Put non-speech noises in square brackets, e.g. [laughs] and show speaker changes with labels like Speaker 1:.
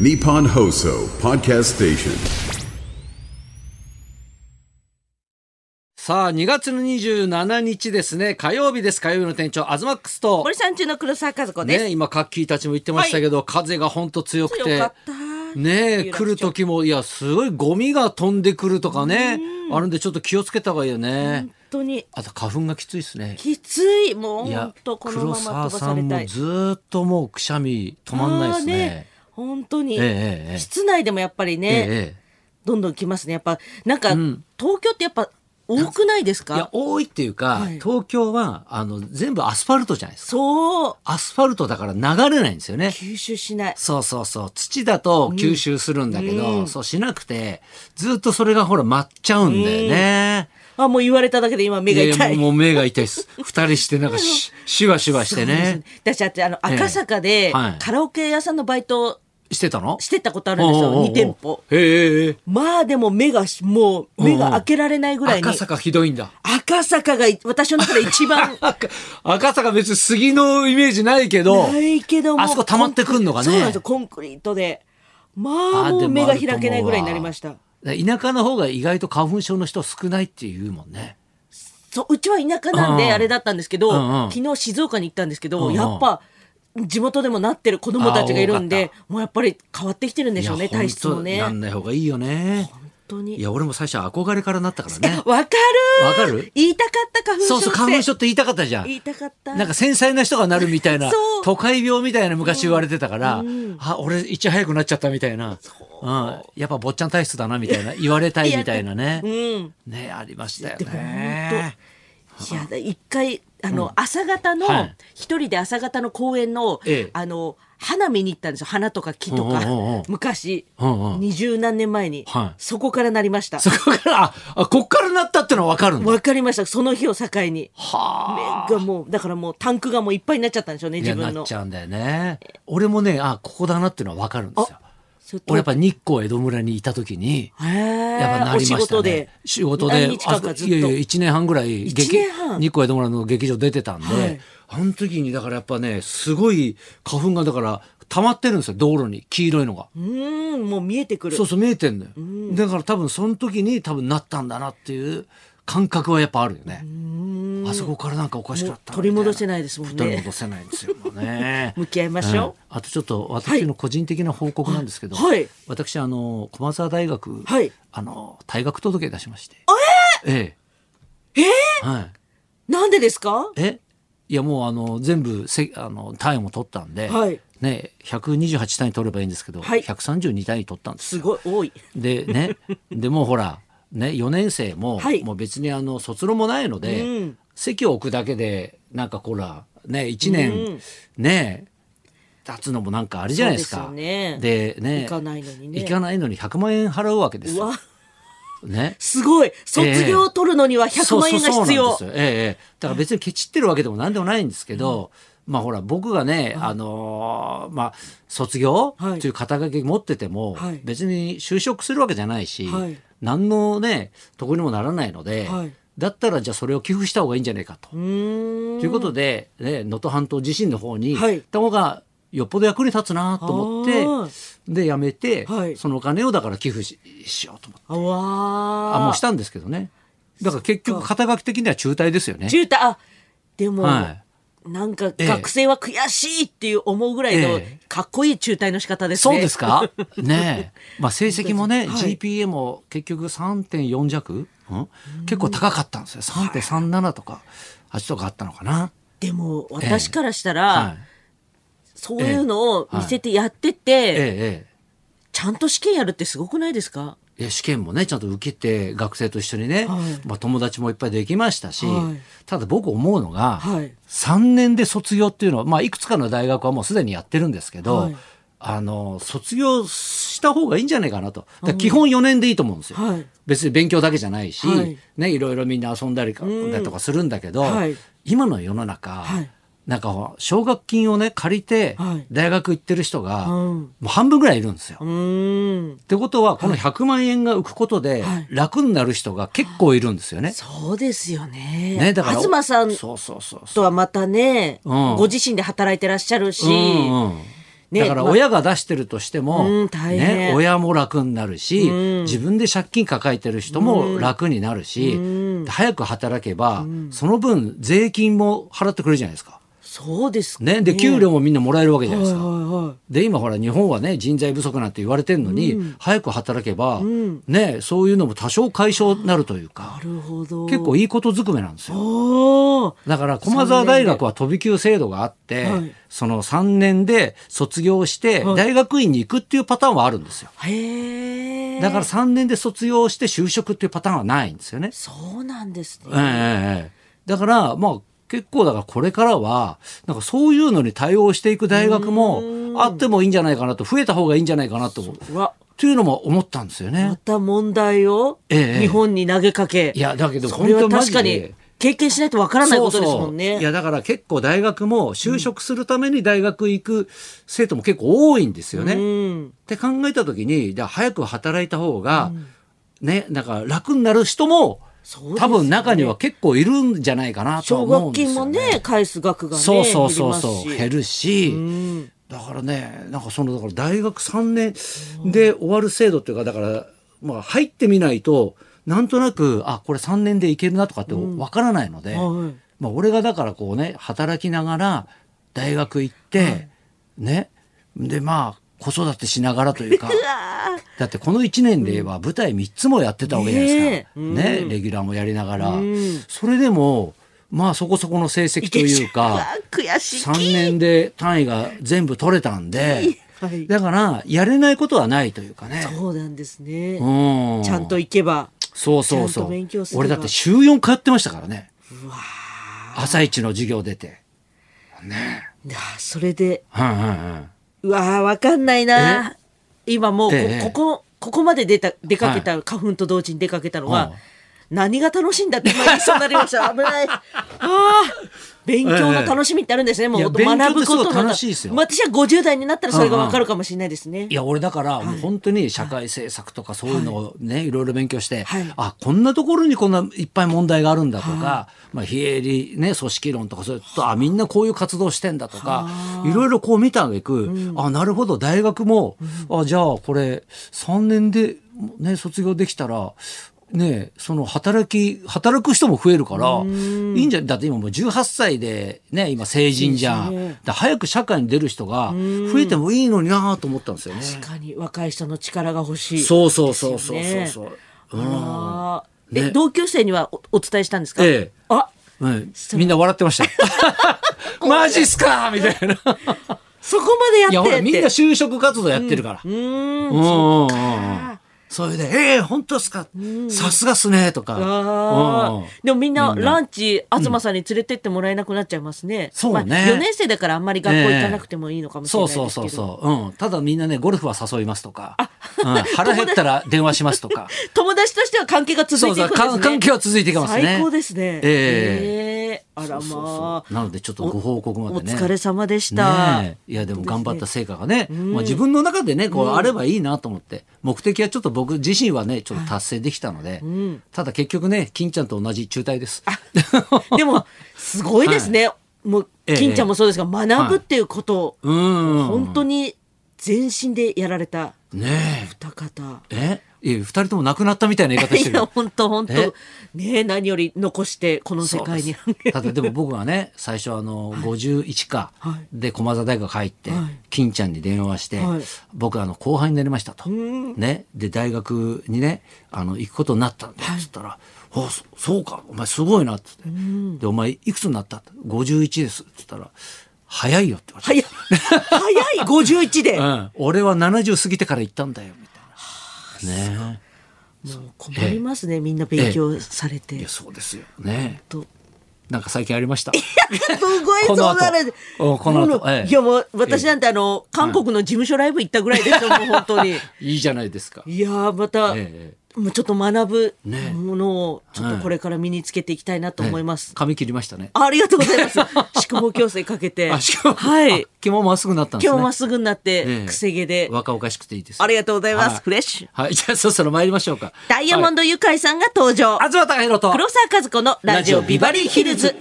Speaker 1: Nippon Hoso Podcast Station.
Speaker 2: さあ、2月の27日ですね、火曜日です。火曜日の店長、アズマックスと、
Speaker 3: 森さん中の黒沢和子です。
Speaker 2: ね、今、カッキーたちも言ってましたけど、風が本当強く
Speaker 3: 強か
Speaker 2: て
Speaker 3: っ、た。
Speaker 2: ね
Speaker 3: 有楽町
Speaker 2: 来る時も、いや、すごいゴミが飛んでくるとかね、あるんで、ちょっと気をつけた方がいいよね
Speaker 3: 本。当に
Speaker 2: あと、花粉がきついですね。
Speaker 3: きつい。もう
Speaker 2: いや
Speaker 3: 本当、この
Speaker 2: 黒
Speaker 3: まま
Speaker 2: 沢
Speaker 3: 飛ば
Speaker 2: さ
Speaker 3: され
Speaker 2: ん
Speaker 3: た
Speaker 2: も
Speaker 3: い。
Speaker 2: ずーっともうくしゃみ止まんないですね。
Speaker 3: あー。本当に、
Speaker 2: ええええ
Speaker 3: 室内でもやっぱり
Speaker 2: ええ
Speaker 3: ね、
Speaker 2: え
Speaker 3: どんどん来ますね。やっぱ、なんか、東京ってやっぱ多くないです
Speaker 2: えいや
Speaker 3: か、
Speaker 2: 多いっていうか、
Speaker 3: はい
Speaker 2: 東京は、あの、全部アスファルトじゃないですか。
Speaker 3: そう。
Speaker 2: アスファルトだから流れないんですよね。
Speaker 3: 吸収しない。
Speaker 2: そうそうそう。土だと吸収するんだけど、そうしなくて、ずっとそれがほら舞っちゃうんだよね。
Speaker 3: あ、もう言われただけで今目が
Speaker 2: で
Speaker 3: 痛い。
Speaker 2: もう目が痛いです。二人してなんか
Speaker 3: [laughs]
Speaker 2: し、しわしわしてね。
Speaker 3: 私だってあの
Speaker 2: ええ
Speaker 3: 赤坂で
Speaker 2: はい
Speaker 3: カラオケ屋さんのバイト
Speaker 2: してたの
Speaker 3: してたことあるんです
Speaker 2: おうおうお
Speaker 3: よ、
Speaker 2: う
Speaker 3: 2店舗。
Speaker 2: へえ。
Speaker 3: まあでも目がし、もう目が開けられないぐらいに。
Speaker 2: 赤坂ひどいんだ。
Speaker 3: 赤坂がい私の中で
Speaker 2: [laughs]
Speaker 3: 一番
Speaker 2: 赤赤坂別に杉のイメージないけど。
Speaker 3: ないけども
Speaker 2: あそこ溜まってくんのがね
Speaker 3: そうなんですよコンクリートでまあ
Speaker 2: あ
Speaker 3: も
Speaker 2: で
Speaker 3: う
Speaker 2: も
Speaker 3: 目
Speaker 2: あ
Speaker 3: が
Speaker 2: ると思うわ
Speaker 3: 開けないぐらいになりました
Speaker 2: 田舎の方が意外と花粉症の人少ないって言うもんね。
Speaker 3: そううちは田舎な
Speaker 2: う
Speaker 3: ん
Speaker 2: んう
Speaker 3: で
Speaker 2: ん
Speaker 3: あれだったんですけど、
Speaker 2: うんうん
Speaker 3: 昨日静岡に行ったんですけど、
Speaker 2: うんうん
Speaker 3: やっぱ地元でもなってる子供たちがいるん
Speaker 2: あ多
Speaker 3: で
Speaker 2: か
Speaker 3: もうやっぱり変わってきてるんでしょう
Speaker 2: いや
Speaker 3: ね体質も
Speaker 2: 本
Speaker 3: ね
Speaker 2: 当なん
Speaker 3: 本
Speaker 2: ない方がいいよね。
Speaker 3: 当に
Speaker 2: いや、俺も最初憧れからなったから
Speaker 3: いや
Speaker 2: ね。
Speaker 3: わ、かる
Speaker 2: わかる
Speaker 3: 言いたかった花粉症
Speaker 2: そう
Speaker 3: って
Speaker 2: そう、花粉症って言いたかったじゃん。
Speaker 3: 言いたかった
Speaker 2: なんか繊細な人がなるみたいな
Speaker 3: そ、う
Speaker 2: 都会病みたいな昔言われてたから、あ、俺いち早くなっちゃったみたいな、うん、やっぱ坊ちゃん体質だなみたい
Speaker 3: [laughs]
Speaker 2: な、言われたいみたいなね
Speaker 3: う、ん
Speaker 2: ね、ありましたよ
Speaker 3: でも
Speaker 2: ね。
Speaker 3: いやだ一回あの、朝方の、
Speaker 2: はい
Speaker 3: 一人で朝方の公園の、
Speaker 2: ええ
Speaker 3: あの花見に行ったんですよ花とか木と
Speaker 2: うん
Speaker 3: か
Speaker 2: うんうんうん
Speaker 3: 昔
Speaker 2: うんうん
Speaker 3: 二十、何年前に、
Speaker 2: はい
Speaker 3: そこからなりました
Speaker 2: そこから、ああ、こっからなったってのはわかるんだ。
Speaker 3: わかりましたその日を境に
Speaker 2: はあ。
Speaker 3: 目がもうだからもうタンクがもういっぱいになっちゃったんでしょうね
Speaker 2: い
Speaker 3: 自
Speaker 2: や、
Speaker 3: 分
Speaker 2: なっ
Speaker 3: の
Speaker 2: ちゃうんだよね。俺もね、あ、ここだなってのはわかるんですよ。
Speaker 3: それと
Speaker 2: 俺やっぱ日光江戸村にいた時に、
Speaker 3: へえ
Speaker 2: やっぱなりました、ね、
Speaker 3: お仕事で
Speaker 2: 仕事で
Speaker 3: 何日間かずっ
Speaker 2: あいや
Speaker 3: と
Speaker 2: いや1年半ぐらい
Speaker 3: 一年半
Speaker 2: 日光江戸村の劇場出てたんで、
Speaker 3: はい
Speaker 2: あの時にだからやっぱねすごい花粉がだから溜まってるんですよ道路に黄色いのが。
Speaker 3: うーんもう見えてくる
Speaker 2: そうそう見えてんのよ、だから多分その時に多分なったんだなっていう感覚はやっぱあるよねあそこからなんかおかしくなったな
Speaker 3: もう取り戻
Speaker 2: みた
Speaker 3: せないですもんね
Speaker 2: 取り戻せないんですよもうね
Speaker 3: [laughs] 向き合いましょう
Speaker 2: あとちょっと私の個人的な報告なんですけど、
Speaker 3: はいはい
Speaker 2: 私あの駒沢大学、
Speaker 3: はい
Speaker 2: あの退学届出しましてええええはい
Speaker 3: なんでですか
Speaker 2: えいやもうあの全部せあの単位も取ったんで、
Speaker 3: はい
Speaker 2: ね、128単位取ればいいんですけど、
Speaker 3: はい
Speaker 2: 132単位取ったんです
Speaker 3: すごい多い
Speaker 2: で
Speaker 3: [laughs]
Speaker 2: ねでもうほら、ね、4年生も,、
Speaker 3: はい
Speaker 2: もう別にあの卒論もないので、
Speaker 3: うん
Speaker 2: 席を置くだけでなんかほら、ね、1年、ね経つのもなんかあれじゃないですか。
Speaker 3: そうですよね
Speaker 2: でね
Speaker 3: 行かないのにね
Speaker 2: 行かないのに100万円払うわけです
Speaker 3: う
Speaker 2: よ。
Speaker 3: わ
Speaker 2: ね、
Speaker 3: すごい卒業を取るのには100万円が
Speaker 2: そうそうそうな
Speaker 3: 必
Speaker 2: ん
Speaker 3: 要
Speaker 2: ですよええええだから別にケチってるわけでも何でもないんですけど、まあほら僕がね、あのーまあ卒業
Speaker 3: はい
Speaker 2: という肩書き持ってても、
Speaker 3: はい
Speaker 2: 別に就職するわけじゃないし、
Speaker 3: はい
Speaker 2: 何のねとこにもならないので、
Speaker 3: はい
Speaker 2: だったらじゃあそれを寄付した方がいいんじゃないかと。
Speaker 3: うーん
Speaker 2: ということでね能登、半島自身の方に
Speaker 3: は
Speaker 2: 行
Speaker 3: い
Speaker 2: った方がよっぽど役に立つなと思って、
Speaker 3: あ
Speaker 2: で辞めて、
Speaker 3: はい
Speaker 2: そのお金をだから寄付ししようと思って。
Speaker 3: あわ
Speaker 2: あ
Speaker 3: あ
Speaker 2: もうしたんですけどねだから結局肩書き的には中退ですよね。
Speaker 3: 中退あでも、
Speaker 2: はい
Speaker 3: なんか
Speaker 2: ええ
Speaker 3: 学生は悔しいっていう思うぐらいの
Speaker 2: ええ
Speaker 3: かっこいい中退の仕方ですね。
Speaker 2: そうですかねえ、
Speaker 3: [laughs]
Speaker 2: まあ、成績もね、
Speaker 3: はい
Speaker 2: GPA も結局3.4弱、うん、結構高かったんですよ3.37とか8とかあったのかな。
Speaker 3: でも私からしたら、
Speaker 2: はい、
Speaker 3: そういうのを見せてやってて、
Speaker 2: えええ
Speaker 3: ちゃんと試験やるってすごくないですか
Speaker 2: えいや試験もねちゃんと受けて学生と一緒にね、
Speaker 3: はい
Speaker 2: まあ、友達もいっぱいできましたし、
Speaker 3: はい
Speaker 2: ただ僕思うのが、
Speaker 3: はい
Speaker 2: 3年で卒業っていうのは、まあ、いくつかの大学はもうすでにやってるんですけど、
Speaker 3: はい
Speaker 2: あの卒業した方がいいんじゃないかなとだから基本4年でいいと思うんですよ。
Speaker 3: はい
Speaker 2: 別に勉強だけじゃないし、
Speaker 3: はい
Speaker 2: ね、いろいろみんな遊んだりかだとかするんだけど、
Speaker 3: はい
Speaker 2: 今の世の中、
Speaker 3: はい
Speaker 2: なんか奨学金をね借りて
Speaker 3: はい
Speaker 2: 大学行ってる人が、
Speaker 3: うん
Speaker 2: もう半分ぐらいいるんですよ。
Speaker 3: うーん
Speaker 2: ってことはこの100万円が浮くことで
Speaker 3: はい
Speaker 2: 楽になる人が結構いるんですよね。
Speaker 3: そうですよね。
Speaker 2: ねだから
Speaker 3: 東さん
Speaker 2: そうそうそうそう
Speaker 3: とはまたね、
Speaker 2: うん
Speaker 3: ご自身で働いてらっしゃるし、
Speaker 2: うんうん
Speaker 3: ね
Speaker 2: だから
Speaker 3: まあ
Speaker 2: 親が出してるとしても、
Speaker 3: うん大変
Speaker 2: ね、親も楽になるし、自分で借金抱えてる人も楽になるし、早く働けば、その分税金も払ってくれるじゃないですか。
Speaker 3: そうです
Speaker 2: ね、で給料もみんなもらえるわけじゃないですか。
Speaker 3: はいはい
Speaker 2: で今ほら日本はね人材不足なんて言われてるのに、早く働けば、ねそういうのも多少解消になるというか
Speaker 3: なるほど
Speaker 2: 結構いいことずくめなんですよ。
Speaker 3: おー
Speaker 2: だから駒澤大学は飛び級制度があって、
Speaker 3: はい
Speaker 2: その3年で卒業して
Speaker 3: はい
Speaker 2: 大学院に行くっていうパターンはあるんですよ。
Speaker 3: へえ
Speaker 2: だから3年で卒業して就職っていうパターンはないんですよね。
Speaker 3: そうなんです
Speaker 2: ええ
Speaker 3: ね
Speaker 2: ええだからまあ結構だからこれからはなんかそういうのに対応していく大学もあってもいいんじゃないかなと増えた方がいいんじゃないかなと思う。
Speaker 3: うわ
Speaker 2: というのも思ったんですよ
Speaker 3: ま
Speaker 2: ね。
Speaker 3: た問題を
Speaker 2: ええ
Speaker 3: 日本に投げかけ
Speaker 2: いやだけど
Speaker 3: それは
Speaker 2: 本当マ
Speaker 3: 確
Speaker 2: ジ
Speaker 3: か
Speaker 2: で
Speaker 3: に経験しないとわからないことですもん
Speaker 2: そうそ
Speaker 3: ね
Speaker 2: ういやだから結構大学も就職するために大学行く生徒も結構多いんですよね。
Speaker 3: う
Speaker 2: っ
Speaker 3: ん
Speaker 2: て考えた時にじゃあ早く働いた方が、ねなんか楽になる人も
Speaker 3: そうですよね
Speaker 2: 多分中には結構いるんじゃないかなとは
Speaker 3: 奨
Speaker 2: 思うん
Speaker 3: 学
Speaker 2: ですよ、
Speaker 3: 金もね返す額がね
Speaker 2: そうそうそうそう
Speaker 3: 減
Speaker 2: 減
Speaker 3: り
Speaker 2: るし、
Speaker 3: ますし
Speaker 2: だからねなんかそのだから大学3年で終わる制度っていうかだからまあ入ってみないとなんとなくあこれ3年でいけるなとかってわからないので、
Speaker 3: うんはい
Speaker 2: まあ、俺がだからこうね働きながら大学行って、ねでまあ子育てしながらというか。
Speaker 3: [laughs] うわー
Speaker 2: だってこの1年で言えば舞台3つもやってたわけじゃないですか、
Speaker 3: ね
Speaker 2: ね
Speaker 3: え
Speaker 2: レギュラーもやりながら、
Speaker 3: ん
Speaker 2: それでもまあそこそこの成績というか
Speaker 3: いけちゃうわ悔し
Speaker 2: 3年で単位が全部取れたんで、
Speaker 3: はい
Speaker 2: だからやれないことはないというかね。
Speaker 3: そうなんですね
Speaker 2: うん、
Speaker 3: ちゃんと行けば
Speaker 2: そうそう
Speaker 3: ちゃん
Speaker 2: そ
Speaker 3: と
Speaker 2: う
Speaker 3: 勉強すれば
Speaker 2: 俺だって週4通ってましたからね朝一の授業出て
Speaker 3: なあそれで
Speaker 2: うんうんうん
Speaker 3: うわーわかんないな今もうこ,、
Speaker 2: ええ
Speaker 3: ここここまで出た出かけた、
Speaker 2: は
Speaker 3: 花粉と同時に出かけたの
Speaker 2: う
Speaker 3: は
Speaker 2: ん
Speaker 3: 何が楽しいんだって今言いそうになりまし
Speaker 2: [laughs]
Speaker 3: た危ないあー勉強の楽しみってあるんですね、も
Speaker 2: いや
Speaker 3: う学ぶこと
Speaker 2: 勉強ってすご
Speaker 3: の
Speaker 2: い楽しいですよ
Speaker 3: 私は50代になったらそれがわかるかもしれないですね、
Speaker 2: いや俺だからもう本当に社会政策とかそういうのをね、い、ろいろ勉強して、
Speaker 3: はい
Speaker 2: あこんなところにこんないっぱい問題があるんだとか、まあ、非営利、ね、組織論とかそれとあみんなこういう活動してんだとかいろいろこう見たあげく、あなるほど大学も、あじゃあこれ3年で、ね、卒業できたら。ねえ、その働き働く人も増えるからいいんじゃだって今もう18歳でね今成人じゃん、
Speaker 3: そうですね
Speaker 2: だから早く社会に出る人が増えてもいいのになと思ったんですよね。
Speaker 3: 確かに若い人の力が欲しい、
Speaker 2: そうそうそうそうそう
Speaker 3: です
Speaker 2: そ
Speaker 3: よ
Speaker 2: う。
Speaker 3: ねあーえ
Speaker 2: ね
Speaker 3: 同級生にはおお伝えしたんですか、
Speaker 2: ええ
Speaker 3: あ
Speaker 2: うん、みんな笑ってま
Speaker 3: [laughs]
Speaker 2: したよ。マジっすかみたいな。
Speaker 3: そこまでやっ
Speaker 2: い
Speaker 3: て
Speaker 2: や、
Speaker 3: っ
Speaker 2: ほ
Speaker 3: て
Speaker 2: ら、みんな就職活動やってるから。うん、うん、うんうん。それで、ええ本当っすかさすがっすねとか。うん
Speaker 3: あ
Speaker 2: うん
Speaker 3: ーでもみんなランチ東さんに連れてってもらえなくなっちゃいますね。
Speaker 2: そうね
Speaker 3: まあ、4年生だからあんまり学校行かなくてもいいのかもしれ
Speaker 2: そ
Speaker 3: ないうですけ
Speaker 2: そ
Speaker 3: ど。
Speaker 2: うそうそう。うん。ただみんなね、ゴルフは誘いますとか。
Speaker 3: [laughs]
Speaker 2: うん、腹減ったら電話しますとか。
Speaker 3: 友達としては関係が [laughs] 続
Speaker 2: そ
Speaker 3: いうてい
Speaker 2: そ
Speaker 3: く
Speaker 2: う。
Speaker 3: んです
Speaker 2: か
Speaker 3: ね。
Speaker 2: 関係は続いていきますね。
Speaker 3: 最高ですね。
Speaker 2: ええ
Speaker 3: えあらまあ
Speaker 2: そうそうなのでちょっとご報告までね
Speaker 3: おお疲れ様でした。
Speaker 2: ねえいやでも頑張った成果がねまあ、自分の中でねこうあればいいなと思って、目的はちょっと僕自身はねちょっと達成できたので、ただ結局ね金ちゃんと同じ中退です。
Speaker 3: でもすごいですね。もう
Speaker 2: ええ
Speaker 3: 金ちゃんもそうですが学ぶっていうことを
Speaker 2: うん
Speaker 3: 本当に全身でやられた
Speaker 2: ね
Speaker 3: 二方。
Speaker 2: ええいや二人とも亡くなったみたいな言い方して
Speaker 3: い
Speaker 2: る
Speaker 3: や
Speaker 2: よ。 [laughs]
Speaker 3: 本当本当
Speaker 2: え
Speaker 3: ねえ何より残してこの世
Speaker 2: そうで
Speaker 3: 界に
Speaker 2: すただでも僕はね最初あの51か
Speaker 3: はい
Speaker 2: で駒澤大学入って
Speaker 3: はい
Speaker 2: 金ちゃんに電話して
Speaker 3: はい
Speaker 2: 「僕あの後輩になりました」と。ねで大学にねあの行くことになったんでつったら「おそそうかお前すごいな」っつって「でお前いくつになった?」って「51です」っつったら「早いよ」って言われて
Speaker 3: 早い早い51で、
Speaker 2: うん「俺は70過ぎてから行ったんだよ」みたいな。ね
Speaker 3: もう困りますねみんな勉強されて、
Speaker 2: いやそうですよね。
Speaker 3: と
Speaker 2: なんか最近ありました。
Speaker 3: すごい
Speaker 2: この
Speaker 3: そう
Speaker 2: 後
Speaker 3: なる
Speaker 2: おこの後
Speaker 3: もう
Speaker 2: ええ
Speaker 3: いやもう私なんてあの韓国の事務所ライブ行ったぐらい
Speaker 2: [laughs]
Speaker 3: ですよ、もう本当に
Speaker 2: いいじゃないですか。
Speaker 3: いやーまた、
Speaker 2: え
Speaker 3: もうちょっと学ぶ
Speaker 2: ねえ
Speaker 3: ものをちょっとこれから身につけていきたいなと思います、
Speaker 2: 髪切りましたね。
Speaker 3: あありがとうござ
Speaker 2: [laughs]
Speaker 3: います宿毛矯正かけて
Speaker 2: あ、しかも、
Speaker 3: はい
Speaker 2: あ毛もまっすぐなったんですね。
Speaker 3: 今日まっすぐになって、
Speaker 2: ええ
Speaker 3: くせ毛で
Speaker 2: 若々しくていいです。
Speaker 3: ありがとうございます、
Speaker 2: はい
Speaker 3: フレッシュ
Speaker 2: はい、じゃあそろそろ参りましょうか。
Speaker 3: ダイヤモン
Speaker 2: ド。
Speaker 3: ドユカイさんが登場、
Speaker 2: はい、東隆弘と。
Speaker 3: 黒沢和子のラジオビバリーヒルズ。